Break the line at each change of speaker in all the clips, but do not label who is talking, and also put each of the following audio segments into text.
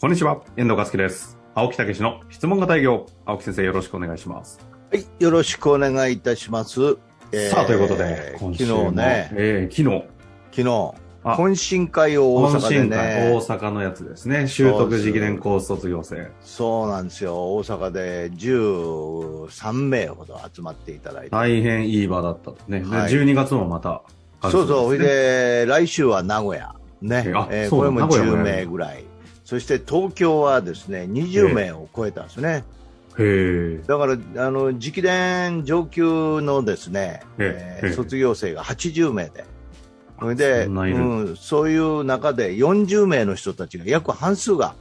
こんにちは、遠藤和樹です。青木武の質問型営業。青木先生、よろしくお願いします。
はい、よろしくお願いいたします。
さあ、ということ
え
で、
ー昨
も
日ね、
えー昨日、
昨日、
あ
懇親会を大
懇
阪で
親会、大
ね、
阪のやつですね。習得時期連コース卒業生。
そうなんですよ、大阪で13名ほど集まっていただいて、
大変いい場だったとね。で
はい
12月もまた、
そうそう、ほ
あるんで
い
すね
で、来週は名古屋、ね
えーあ、
えー
そう
こ
だ
れも10
名古屋もね
名ぐらい、そして東京はですね、20名を超えたんですね。
へえ。
だから、あの、直伝上級のですね、
ええ
えー卒業生が80名で、それで、
そんないる
うん、そういう中で40名の人たちが、約半数が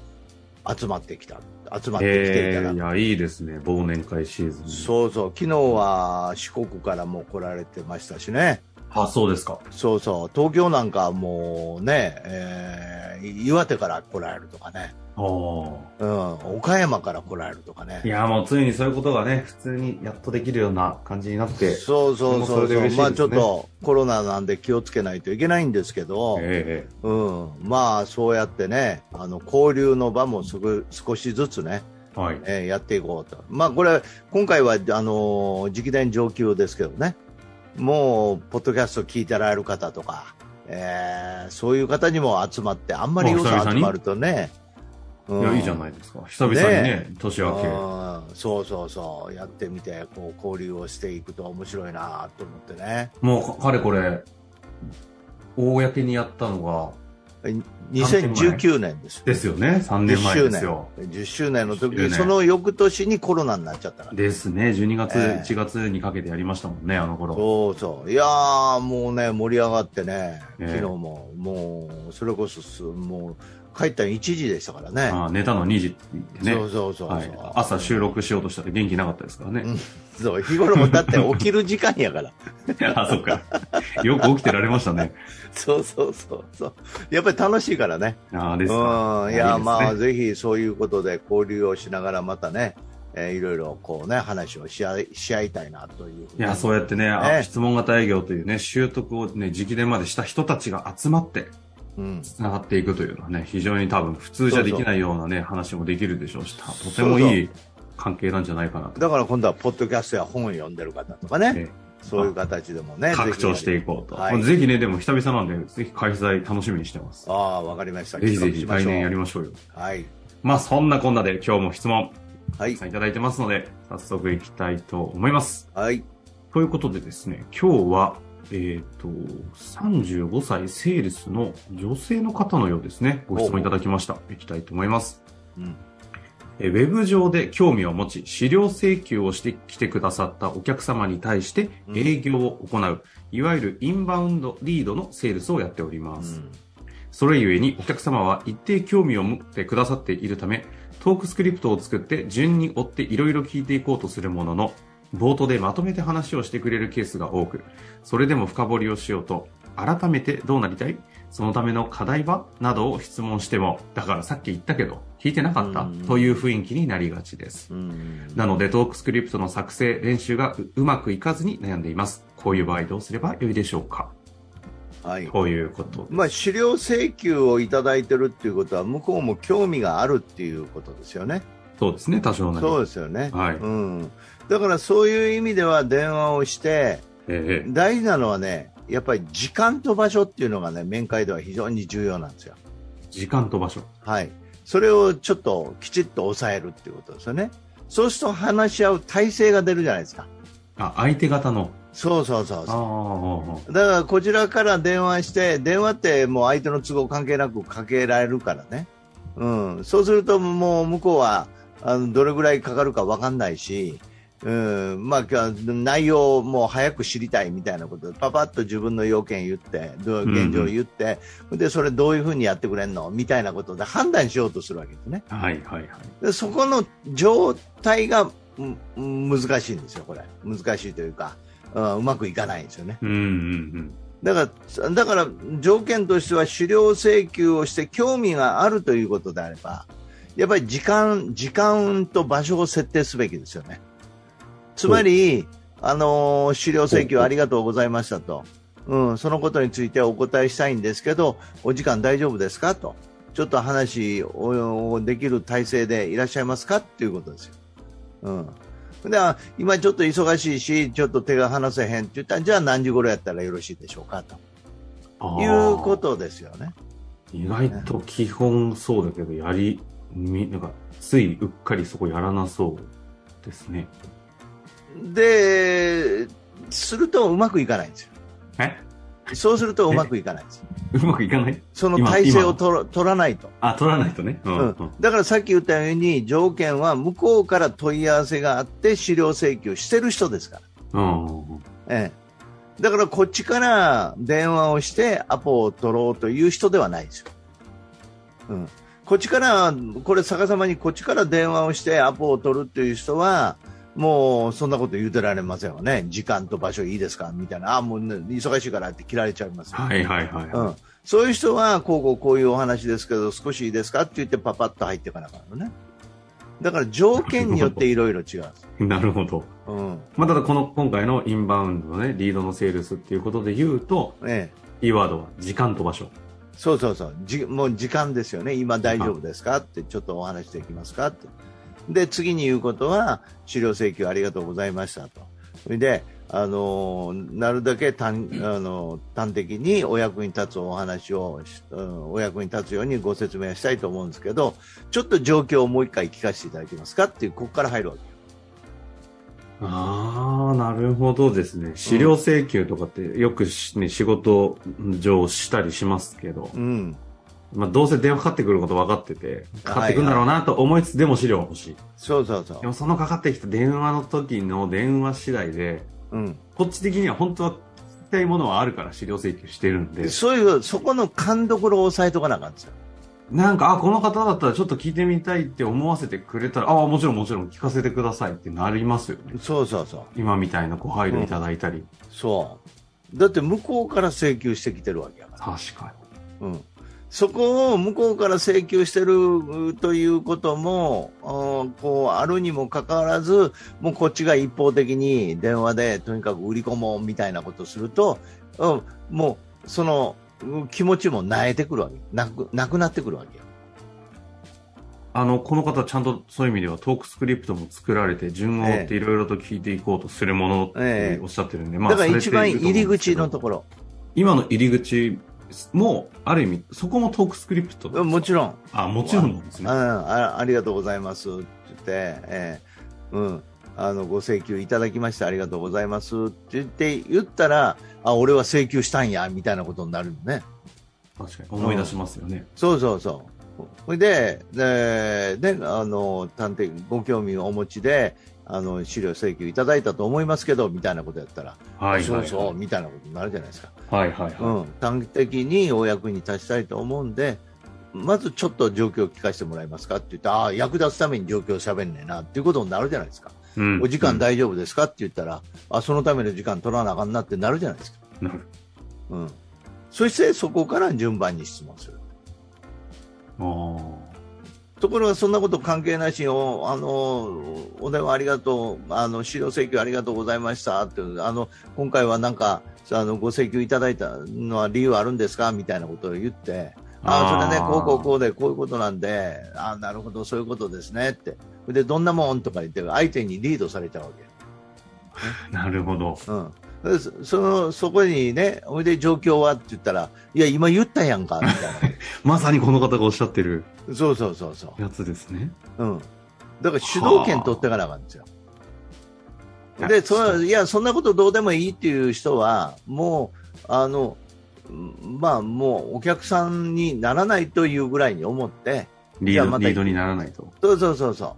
集まってきた、集まってきていた
へ
だ
え。い
く。
や、いいですね。忘年会シーズン。
そうそう、昨日は四国からも来られてましたしね、
あ、そうですか。
そうそう、東京なんかはもうね、えー岩手から来られるとかね、
ああ。
うん、岡山から来られるとか
い
ね、
や、もうついにそういうことがね、普通にやっとできるような感じになって。
そうそう
それもそれ
そう
で
そう、
嬉しいですね
まあちょっとコロナなんで気をつけないといけないんですけど、
ええ
うん、まあそうやってね、あの交流の場もすぐ少しずつね、
はい。
えーやっていこうと、まあこれ、今回はあのー直伝上級ですけどね、もう、ポッドキャスト聞いてられる方とか、えーそういう方にも集まって、あんまり
まあ
要素
久々
集
に
まるとね、
いや、いいじゃないですか。久々にね
ね、
年明け。
うんそうそうそう、やってみて、こう交流をしていくと面白いなと思ってね、
もうか、かれこれ、公にやったのが、
2019年です。
ですよね、3年前ですよ。
10周年の
10
時
周
に、
年
その翌年にコロナになっちゃったから。
ですね、12月、
ええ
1月にかけてやりましたもんね、あの頃。
そうそう。いやー、もうね、盛り上がってね、
ええ
昨日も、もう、それこそす、もう、帰ったの1時でしたからね。
ああ寝たの2時って言ってね。
そうそうそうそう、
はい、朝収録しようとしたら元気なかったですからね。
そう、日頃もだって起きる時間やから。
あ、そっか。よく起きてられましたね。
そうそうそうそう。やっぱり楽しいからね。
ああ、ですか。
うん。
い
い
いで
や、
すね
まあ、ぜひそういうことで交流をしながら、またね、えーいろいろこうね、話をし合いし合いたいなという。
いや、そうやってね、
ね
あ質問型営業というね、習得をね、直伝までした人たちが集まって、
うん。
つながっていくというのはね、非常に多分普通じゃできないようなね、話もできるでしょうし、とてもいい関係なんじゃないかなと。
だから今度は、ポッドキャストや本を読んでる方とかね、
え
そういう形でもね、
拡張していこうと。
はい
ぜひね、でも久々なんで、ぜひ開催楽しみにしてます。
ああ、わかりました。
ぜひぜひ
企画
来
しましょう
年やりましょうよ。
はい。
まあそんなこんなで今日も質問
は
た
い
くさ。んいただいてますので、早速いきたいと思います。
はい。
ということでですね、今日は、えっ、と、35歳セールスの女性の方のようですね、ご質問いただきました。いきたいと思います。
うん。
えーウェブ上で興味を持ち、資料請求をしてきてくださったお客様に対して
うん
営業を行う、いわゆるインバウンドリードのセールスをやっております。それゆえにお客様は一定興味を持ってくださっているため、トークスクリプトを作って順に追っていろいろ聞いていこうとするものの、冒頭でまとめて話をしてくれるケースが多く、それでも深掘りをしようと、改めてどうなりたいそのための課題はなどを質問しても、だからさっき言ったけど、聞いてなかった
うん
という雰囲気になりがちです。
うん。
なのでトークスクリプトの作成、練習がううまくいかずに悩んでいます。こういう場合どうすればよいでしょうか
はい。
ということで。
まあ、資料請求をいただいてるっていうことは、向こうも興味があるっていうことですよね。
そうですね、多少なり。
そうですよね。
はい。
うん。だから、そういう意味では電話をして、
ええ
大事なのはね、やっぱり時間と場所っていうのがね、面会では非常に重要なんですよ。
時間と場所。
はい。それをちょっときちっと抑えるっていうことですよね。そうすると話し合う体制が出るじゃないですか。
あ、相手方の。
そうそうそうそう。
あ
だからこちらから電話して、電話ってもう相手の都合関係なくかけられるからね。うん。そうするともう向こうは、あの、どれぐらいかかるかわかんないし、うん。まあ、今日内容をもう早く知りたいみたいなことで、パパッと自分の要件言って、どう
うんうん
現状言って、で、それどういうふうにやってくれんのみたいなことで判断しようとするわけですね。
あ。はいはいはい。
でそこの状態が、うん難しいんですよ、これ。難しいというか、うんうまくいかないんですよね。
うんうん
だから、だから条件としては資料請求をして興味があるということであれば、やっぱり時間、時間と場所を設定すべきですよね。つまり、あのー資料請求ありがとうございましたと。うん、そのことについてお答えしたいんですけど、お時間大丈夫ですかと。ちょっと話ををできる体制でいらっしゃいますかっていうことですよ。うん。で、あ今ちょっと忙しいし、ちょっと手が離せへんって言ったら、じゃあ何時頃やったらよろしいでしょうかと
あー
いうことですよね。
意外と基本そうだけど、やり、み、なんか、ついうっかりそこやらなそうですね。
で、するとうまくいかないんですよ。
え
そうするとうまくいかないんですよ。
うまくいかない
その
今
体制を
今
取ら取らないと。
あ、取らないとね。うん。うん
うん、だからさっき言ったように条件は向こうから問い合わせがあって資料請求してる人ですから、
うん。うん
ええ、だからこっちから電話をしてアポを取ろうという人ではないですよ、うん、こっちからこれ逆さまにこっちから電話をしてアポを取るという人はもうそんなこと言うてられませんわね時間と場所いいですかみたいなあもう、ね、忙しいからって切られちゃいますよ
はいはいはい。
うん、そういう人はこうこうこういうお話ですけど少しいいですかって言ってパパッと入っていかなかったのねだから条件によっていろいろ違うんです、
なるほど。
うん
まあ、ただこの今回のインバウンドのね、リードのセールスっていうことで言うと、
ええ、
キーワードは時間と場所。
そうそうそうじもう時間ですよね今大丈夫ですかってちょっとお話できますかってで次に言うことは資料請求ありがとうございましたとそれであのーなるだけ端,、あのー端的にお役に立つお話を、うんお役に立つようにご説明したいと思うんですけどちょっと状況をもう一回聞かせていただけますかっていうここから入るわけ
ああ、なるほどですね。資料請求とかってよくし、ね、仕事上したりしますけど、
うん、
まあ、どうせ電話かかってくること分かってて、かかってくんだろうなと思いつつ、でも資料は欲しい。
そうそうそ
でもそのかかってきた電話の時の電話次第で、
う、うん、
こっち的には本当は聞きたいものはあるから資料請求してるんで、
そういうそこの勘どころを押さえとかなあかんですよ
なんか、あ、この方だったらちょっと聞いてみたいって思わせてくれたら、ああ、もちろんもちろん聞かせてくださいってなりますよね。
そうそうそう
今みたいなご配慮いただいたり。
そう。だって向こうから請求してきてるわけやか
確か
ら。うん。そこを向こうから請求してるということも、うんこう、あるにもかかわらず、もうこっちが一方的に電話でとにかく売り込もうみたいなことをすると、うん、もう、その、うん気持ちも萎えてくるわけ。なく、なくなってくるわけよ。
に。あの、この方ちゃんとそういう意味ではトークスクリプトも作られて、順を追っていろいろと聞いていこうとするものっておっしゃってるんで、まあ、
だから一番
それってい
入
う
り
と思うんですけ
口
ど
のところ。
今の入り口も、ある意味、そこもトークスクリプト
うんもちろん。
あ、もちろんなんです
うん、
ね。
あありがとうございますって言って、えーうん、あのご請求いただきましてありがとうございますって言って言ったらあ俺は請求したんやみたいなことになるのね
確かに。思い出しますよね。
そうそうそうそれででであの探偵ご興味をお持ちであの資料請求いただいたと思いますけどみたいなことやったら、
はいはい、
そ
は
う
い。
そうみたいなことになるじゃないですか、
はいはいはい。
うん、短期的にお役に立ちたいと思うんで、まずちょっと状況を聞かせてもらえますかって言ったら、ああ、役立つために状況をしゃべんねえなっていうことになるじゃないですか、
うん
お時間大丈夫ですかって言ったら、あそのための時間取らなあかんなってなるじゃないですか、
なる
うん、そしてそこから順番に質問する。
あー
ところがそんなこと関係なしにおあのお電話ありがとうあの資料請求ありがとうございましたってあの今回はなんかあのご請求いただいたのは理由あるんですかみたいなことを言ってあ
あー
それねこうこうこうでこういうことなんであーなるほどそういうことですねってでどんなもんとか言って相手にリードされたわ
なるほど。
け、うん、でそそのそこにねおいで状況はって言ったらいや今言ったやんかみたい
まさにこの方がおっしゃってる
なそうそうそうそう
やつですね。
うん、だから主導権取っていかなあかんですよ。
はあ
でそいや、そんなことどうでもいいっていう人は、もう、あの、うんまあ、もうお客さんにならないというぐらいに思って、
リ
じゃあ
ード
また
リードにならないと。
そうそうそうそ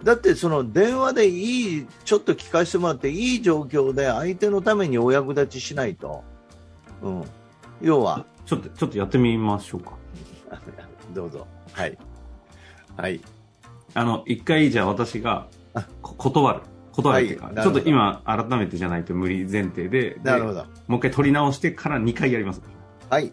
う。だって、その電話でいい、ちょっと聞かせてもらって、いい状況で相手のためにお役立ちしないと、うん、要は、
ちょっと、ちょっとやってみましょうか。
どうぞ。はい。はい。
あの、一回じゃあ私が
あ
こ断る。断るっていうか、
はい
ちょっと今改めてじゃないと無理前提で、で
なるほど。
もう一回取り直してから2回やります。
はい。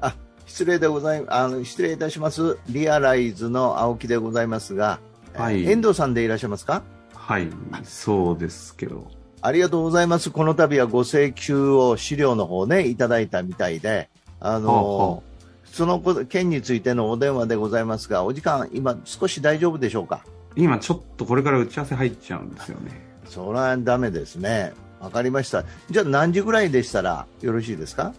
あ、失礼でございあの失礼いたします。リアライズの青木でございますが、
はい
遠藤さんでいらっしゃいますか？
はい、そうですけど。
ありがとうございます。この度はご請求を資料の方ねいただいたみたいで、あの
ほうほ
そのこと件についてのお電話でございますが、お時間、今、少し大丈夫でしょうか。
今ちょっとこれから打ち合わせ入っちゃうんですよね。
それはダメですね。わかりました。じゃあ、何時ぐらいでしたらよろしいですか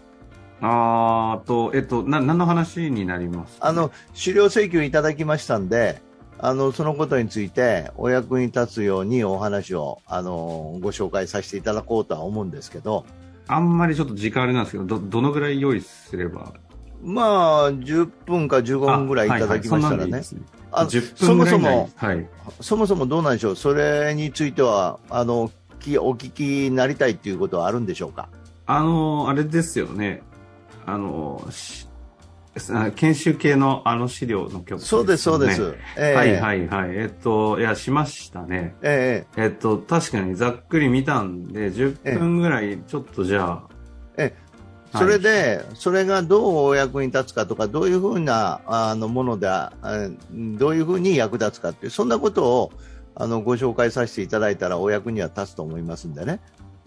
あーと、えっと、な、何の話になります
あの、資料請求いただきましたんで、あの、そのことについてお役に立つようにお話を、あの、ご紹介させていただこうとは思うんですけど、
あんまりちょっと時間あれなんですけど、ど、どのぐらい用意すれば。
まあ、10分か15分ぐらいいただきましたらね。あ
10分ぐらい
そ
以内
もそも
はい。
そもそもどうなんでしょう、それについては、あの、きお聞きになりたいということはあるんでしょうか。
あのーあれですよね。あのーしあ研修系のあの資料の曲、
そうです、そうです。
ね
ええ
はいはいはい。えっと、いや、しましたね。
え
えっと、確かにざっくり見たんで、10分ぐらい、ちょっとじゃあ。
ええ
はい
それで、それがどうお役に立つかとか、どういうふうなあのもので、あどういうふうに役立つかっていう、そんなことをあのご紹介させていただいたら、お役には立つと思いますんでね、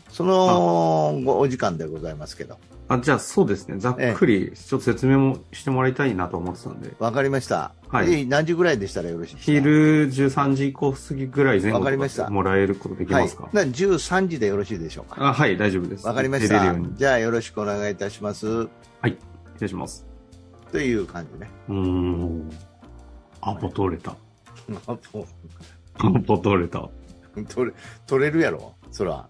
そのごお時間でございますけど、
あ、じゃあそうですね。ざっくり、ちょっと説明もしてもらいたいなと思ってたんで。
わかりました、
はい
で何時ぐらいでしたらよろしいですか。
昼13時以降過ぎぐらい前後
わかりまし
と
た
かもらえることでき
は
ま
い
すか、、
な13時でよろしいでしょうか。
あはい、大丈夫です。
わかりまし
出れ
た
るように。
じゃあよろしくお願いいたします。
はい、失礼します。
という感じね。
うーん。アポ取れた。
あも
アポ取れた。
う取れ、取れるやろそら。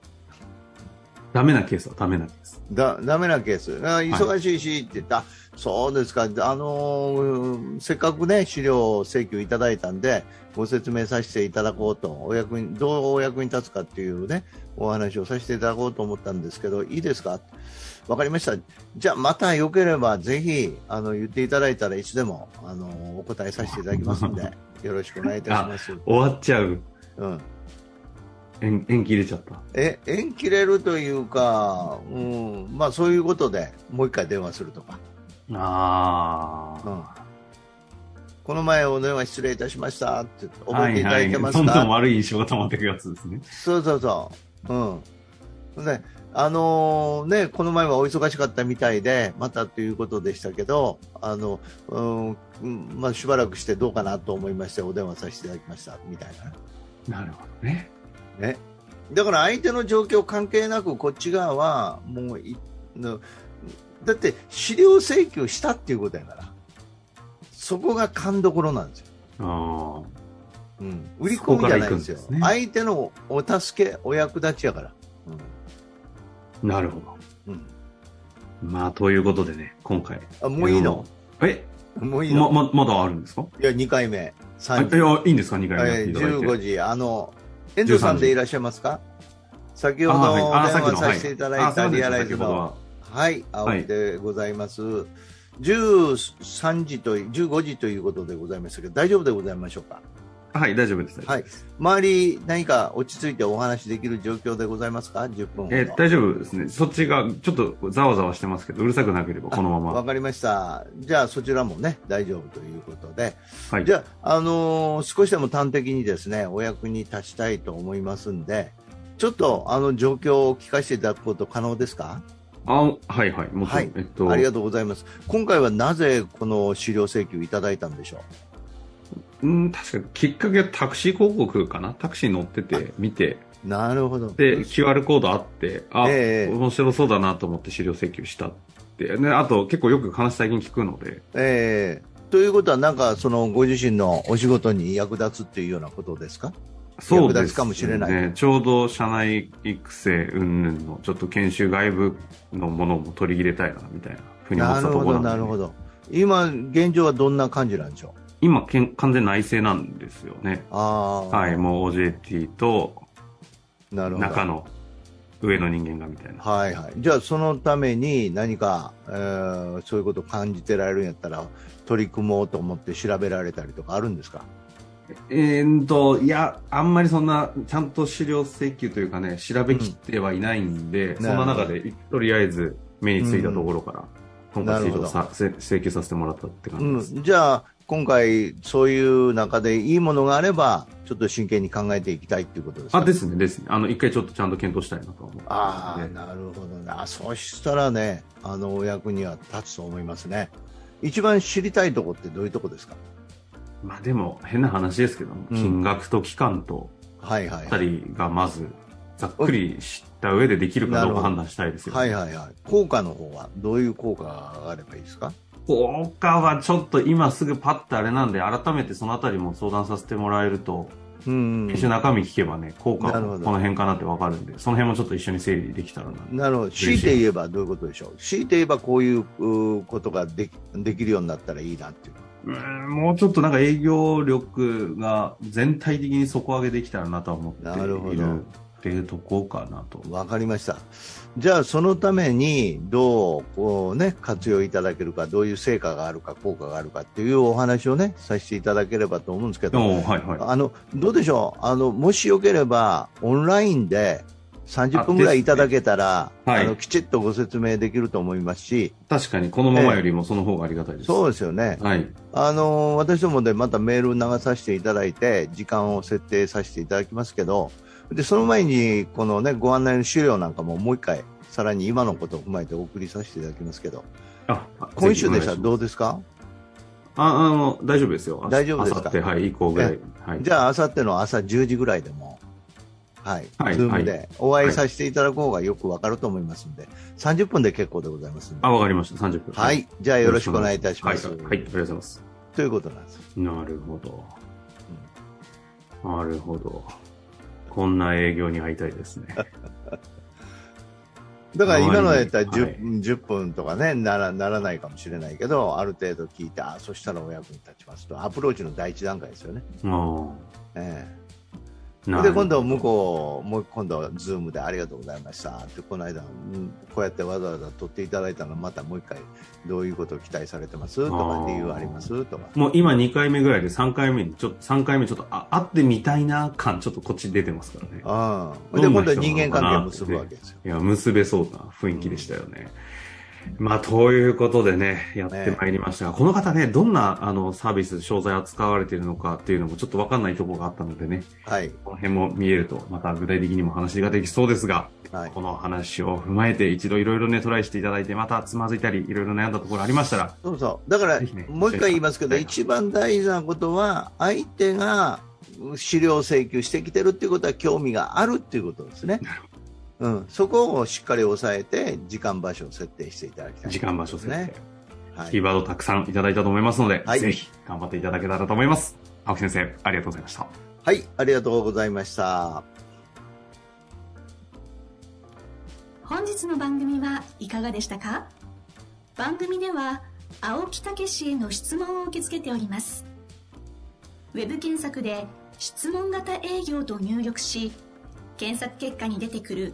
ダメなケースはダメなケース。
だ、ダメなケース。あ忙しいしって言った、あそうですか。あのーせっかくね、資料請求いただいたんで、ご説明させていただこうと、お役に、どうお役に立つかっていうね、お話をさせていただこうと思ったんですけど、いいですかわかりました。じゃあ、また良ければ、ぜひ、あの、言っていただいたらいつでも、あのーお答えさせていただきますんで、よろしくお願いいたします。
終わっちゃう。
うん。
延延期入れちゃった。
え縁切れるというか、うんまあ、そういうことでもう一回電話するとか、
あ
う
ー。
ん、この前お電話失礼いたしましたって覚えていただけます
どん
か、
どん悪い印象が溜まっていくやつですね。
そうそうそう、うんねあのーね、この前はお忙しかったみたいでまたということでしたけどあの、うんうんまあ、しばらくしてどうかなと思いましてお電話させていただきましたみたいな。
なるほどね。
ね、だから相手の状況関係なくこっち側はもういのだって資料請求したっていうことやからそこが勘どころなんですよ、
あー。
うん、売り込みじゃないんですよ
そこから行くんですね
相手のお助けお役立ちやから、
なるほど。
うんうん
まあ、ということでね、今回。
あ、もういいの
え
もういい
ま、
の、
ま、まだあるんですか
いや2回目
あい
3時、
や、いいんですか ?2
え
回目やっていただいて。
15時あの遠藤さんでいらっしゃいますか先ほどお電
あはいあ
話させていただい
さ
た
っきの
リア
はい
ラ
あ
イ
すいません先ほ
ズ
ど
の
は
はい、青木でございます。13時と15時ということでございましたけど、大丈夫でございましょうか。
はい、大丈夫です。
はい周り、何か落ち着いてお話できる状況でございますか、10分ほど。
えー大丈夫ですね。そっちがちょっとざわざわしてますけど、うるさくなければこのま
わ
ま。
かりました。じゃあ、そちらもね、大丈夫ということで、
はい。
じゃあ、あのー少しでも端的にですね、お役に立ちたいと思いますんで、ちょっと、あの、状況を聞かせていただくこと可能ですか
あ、はいはい。もちろん
はい
えっと
ありがとうございます。今回はなぜ、この資料請求いただいたんでしょう
うん、確かきっかけはタクシー広告かなタクシー乗ってて、見て、
なるほど。
で、QR コードあって、あ、
ええ
面白そうだなと思って資料請求したって。ね、あと結構よく話最近聞くので、
えーということは、なんかそのご自身のお仕事に役立つっていうようなことですか、
そう
役
で
立つ
す
かもしれない
ね。ちょうど社内育成云々の、ちょっと研修外部のものも取り入れたいな、みたいなふうに思っ
な
た
る
とこ
ほ
ろな
ど、
んで、
なるほど、今、現状はどんな感じなんでしょう、
今けん、完全内政なんですよね。
あー
はい、もう OJT と
なるほど
中の上の人間がみたいな。
はいはい、じゃあ、そのために何か、えーそういうことを感じてられるんやったら、取り組もうと思って調べられたりとかあるんですか、
えーっと、いや、あんまりそんな、ちゃんと資料請求というかね、調べきってはいないんで、
うん
そんな中で、とりあえず目についたところから、今回
なるほど
資料させ請求させてもらったって
う
感じです。
ん、じゃあ、今回、そういう中でいいものがあれば、ちょっと真剣に考えていきたいっていうことですか。
あ、ですね、ですね。あの、一回ちょっとちゃんと検討したいなとは思って
あ
ます
あ、
ね
なるほどね。あ、そうしたらね、あの、お役には立つと思いますね。一番知りたいとこってどういうとこですか
まあでも、変な話ですけど、
うん
金額と期間と
はいはい
あた
はい。
りがまず、ざっくり知った上でできるかどうか判断したいですよね。
はいはいはい。効果の方は、どういう効果があればいいですか
効果はちょっと今すぐパッとあれなんで、改めてそのあたりも相談させてもらえると、
うんうん
一緒に中身聞けばね、効果
な
は
る
こ
ほど
の辺かなってわかるんで、その辺もちょっと一緒に整理できたらな。
なるほど。強いて言えばどういうことでしょう強いて言えばこういううーことができできるようになったらいいなっていう。
うーんもうちょっとなんか営業力が全体的に底上げできたらなとは思ってい
なるほど
るっていうとこかなと。
わかりました。じゃあ、そのためにどうこう、ね、活用いただけるか、どういう成果があるか、効果があるかっていうお話をね、させていただければと思うんですけど、
おーはいはい。
あのどうでしょうあの、もしよければ、オンラインで30分ぐらいいただけたら、あ,、
ですねはい
のきちっとご説明できると思いますし、
確かにこのままよりもその方がありがたいです。
そうですよね。
はい。
あの私どもでまたメール流させていただいて時間を設定させていただきますけどでその前にこの、ね、ご案内の資料なんかももう一回さらに今のことを踏まえてお送りさせていただきますけど
あ、
今週
ぜひお願い
でしたら
します
どうですか
あ、あの、大丈夫ですよ。
大丈夫ですか
あさって、はい、以降ぐらい。はい。
じゃあ明後日の朝10時ぐらいでも。はい、
はい
ズームでお会いさせていただく方がよくわかると思いますので、30分で結構でございますので
あ、わかりました。30分。
は。い、じゃあよろしくお願いいたします。
はい、はい、ありがとうございます。
ということなんです。
なるほど。なるほど。こんな営業に会いたいです ね。
だから今のやったら
はい
10,、10分とかねなら、ならないかもしれないけど、ある程度聞いて、あそしたらお役に立ちますと、アプローチの第一段階ですよね。
あー
ええ、
な
で、
る
今度、向こう、もう今度、ズームでありがとうございましたって、この間、うんこうやってわざわざ撮っていただいたの、またもう一回、どういうことを期待されてますとか
あ、ー
理由ありますとか。
もう今2回目ぐらいで3回目に、ちょっと、3回目ちょっと、あ、会ってみたいな感、ちょっとこっち出てますからね。
うん、で
どんな
今
人
度
な
は
のかな
人間関係を結ぶわけですよ。
いや、結べそうな雰囲気でしたよね。まあ、ということでね、やってまいりましたが、この方ね、どんなあのサービス、商材扱われているのかっていうのもちょっとわかんないところがあったのでね、
はい、
この辺も見えると、また具体的にも話ができそうですが、
はい、
この話を踏まえて一度いろいろね、トライしていただいて、またつまずいたり、いろいろ悩んだところありましたら、
そうそう。だから
ぜひね、
もう一回言いますけど、
ぜひ
一番大事なことは、相手が資料請求してきてるっていうことは、興味があるっていうことですね。うん、そこをしっかり抑えて、時間場所を設定していただきたい。
時間場所設定、
ねは
キー
い。
ワードたくさんいただいたと思いますので、
はい
ぜひ頑張っていただけたらと思います。青木先生、ありがとうございました。
はい、ありがとうございました。
本日の番組はいかがでしたか番組では青木武氏への質問を受け付けておりますウェブ検索で「質問型営業」と入力し検索結果に出てくる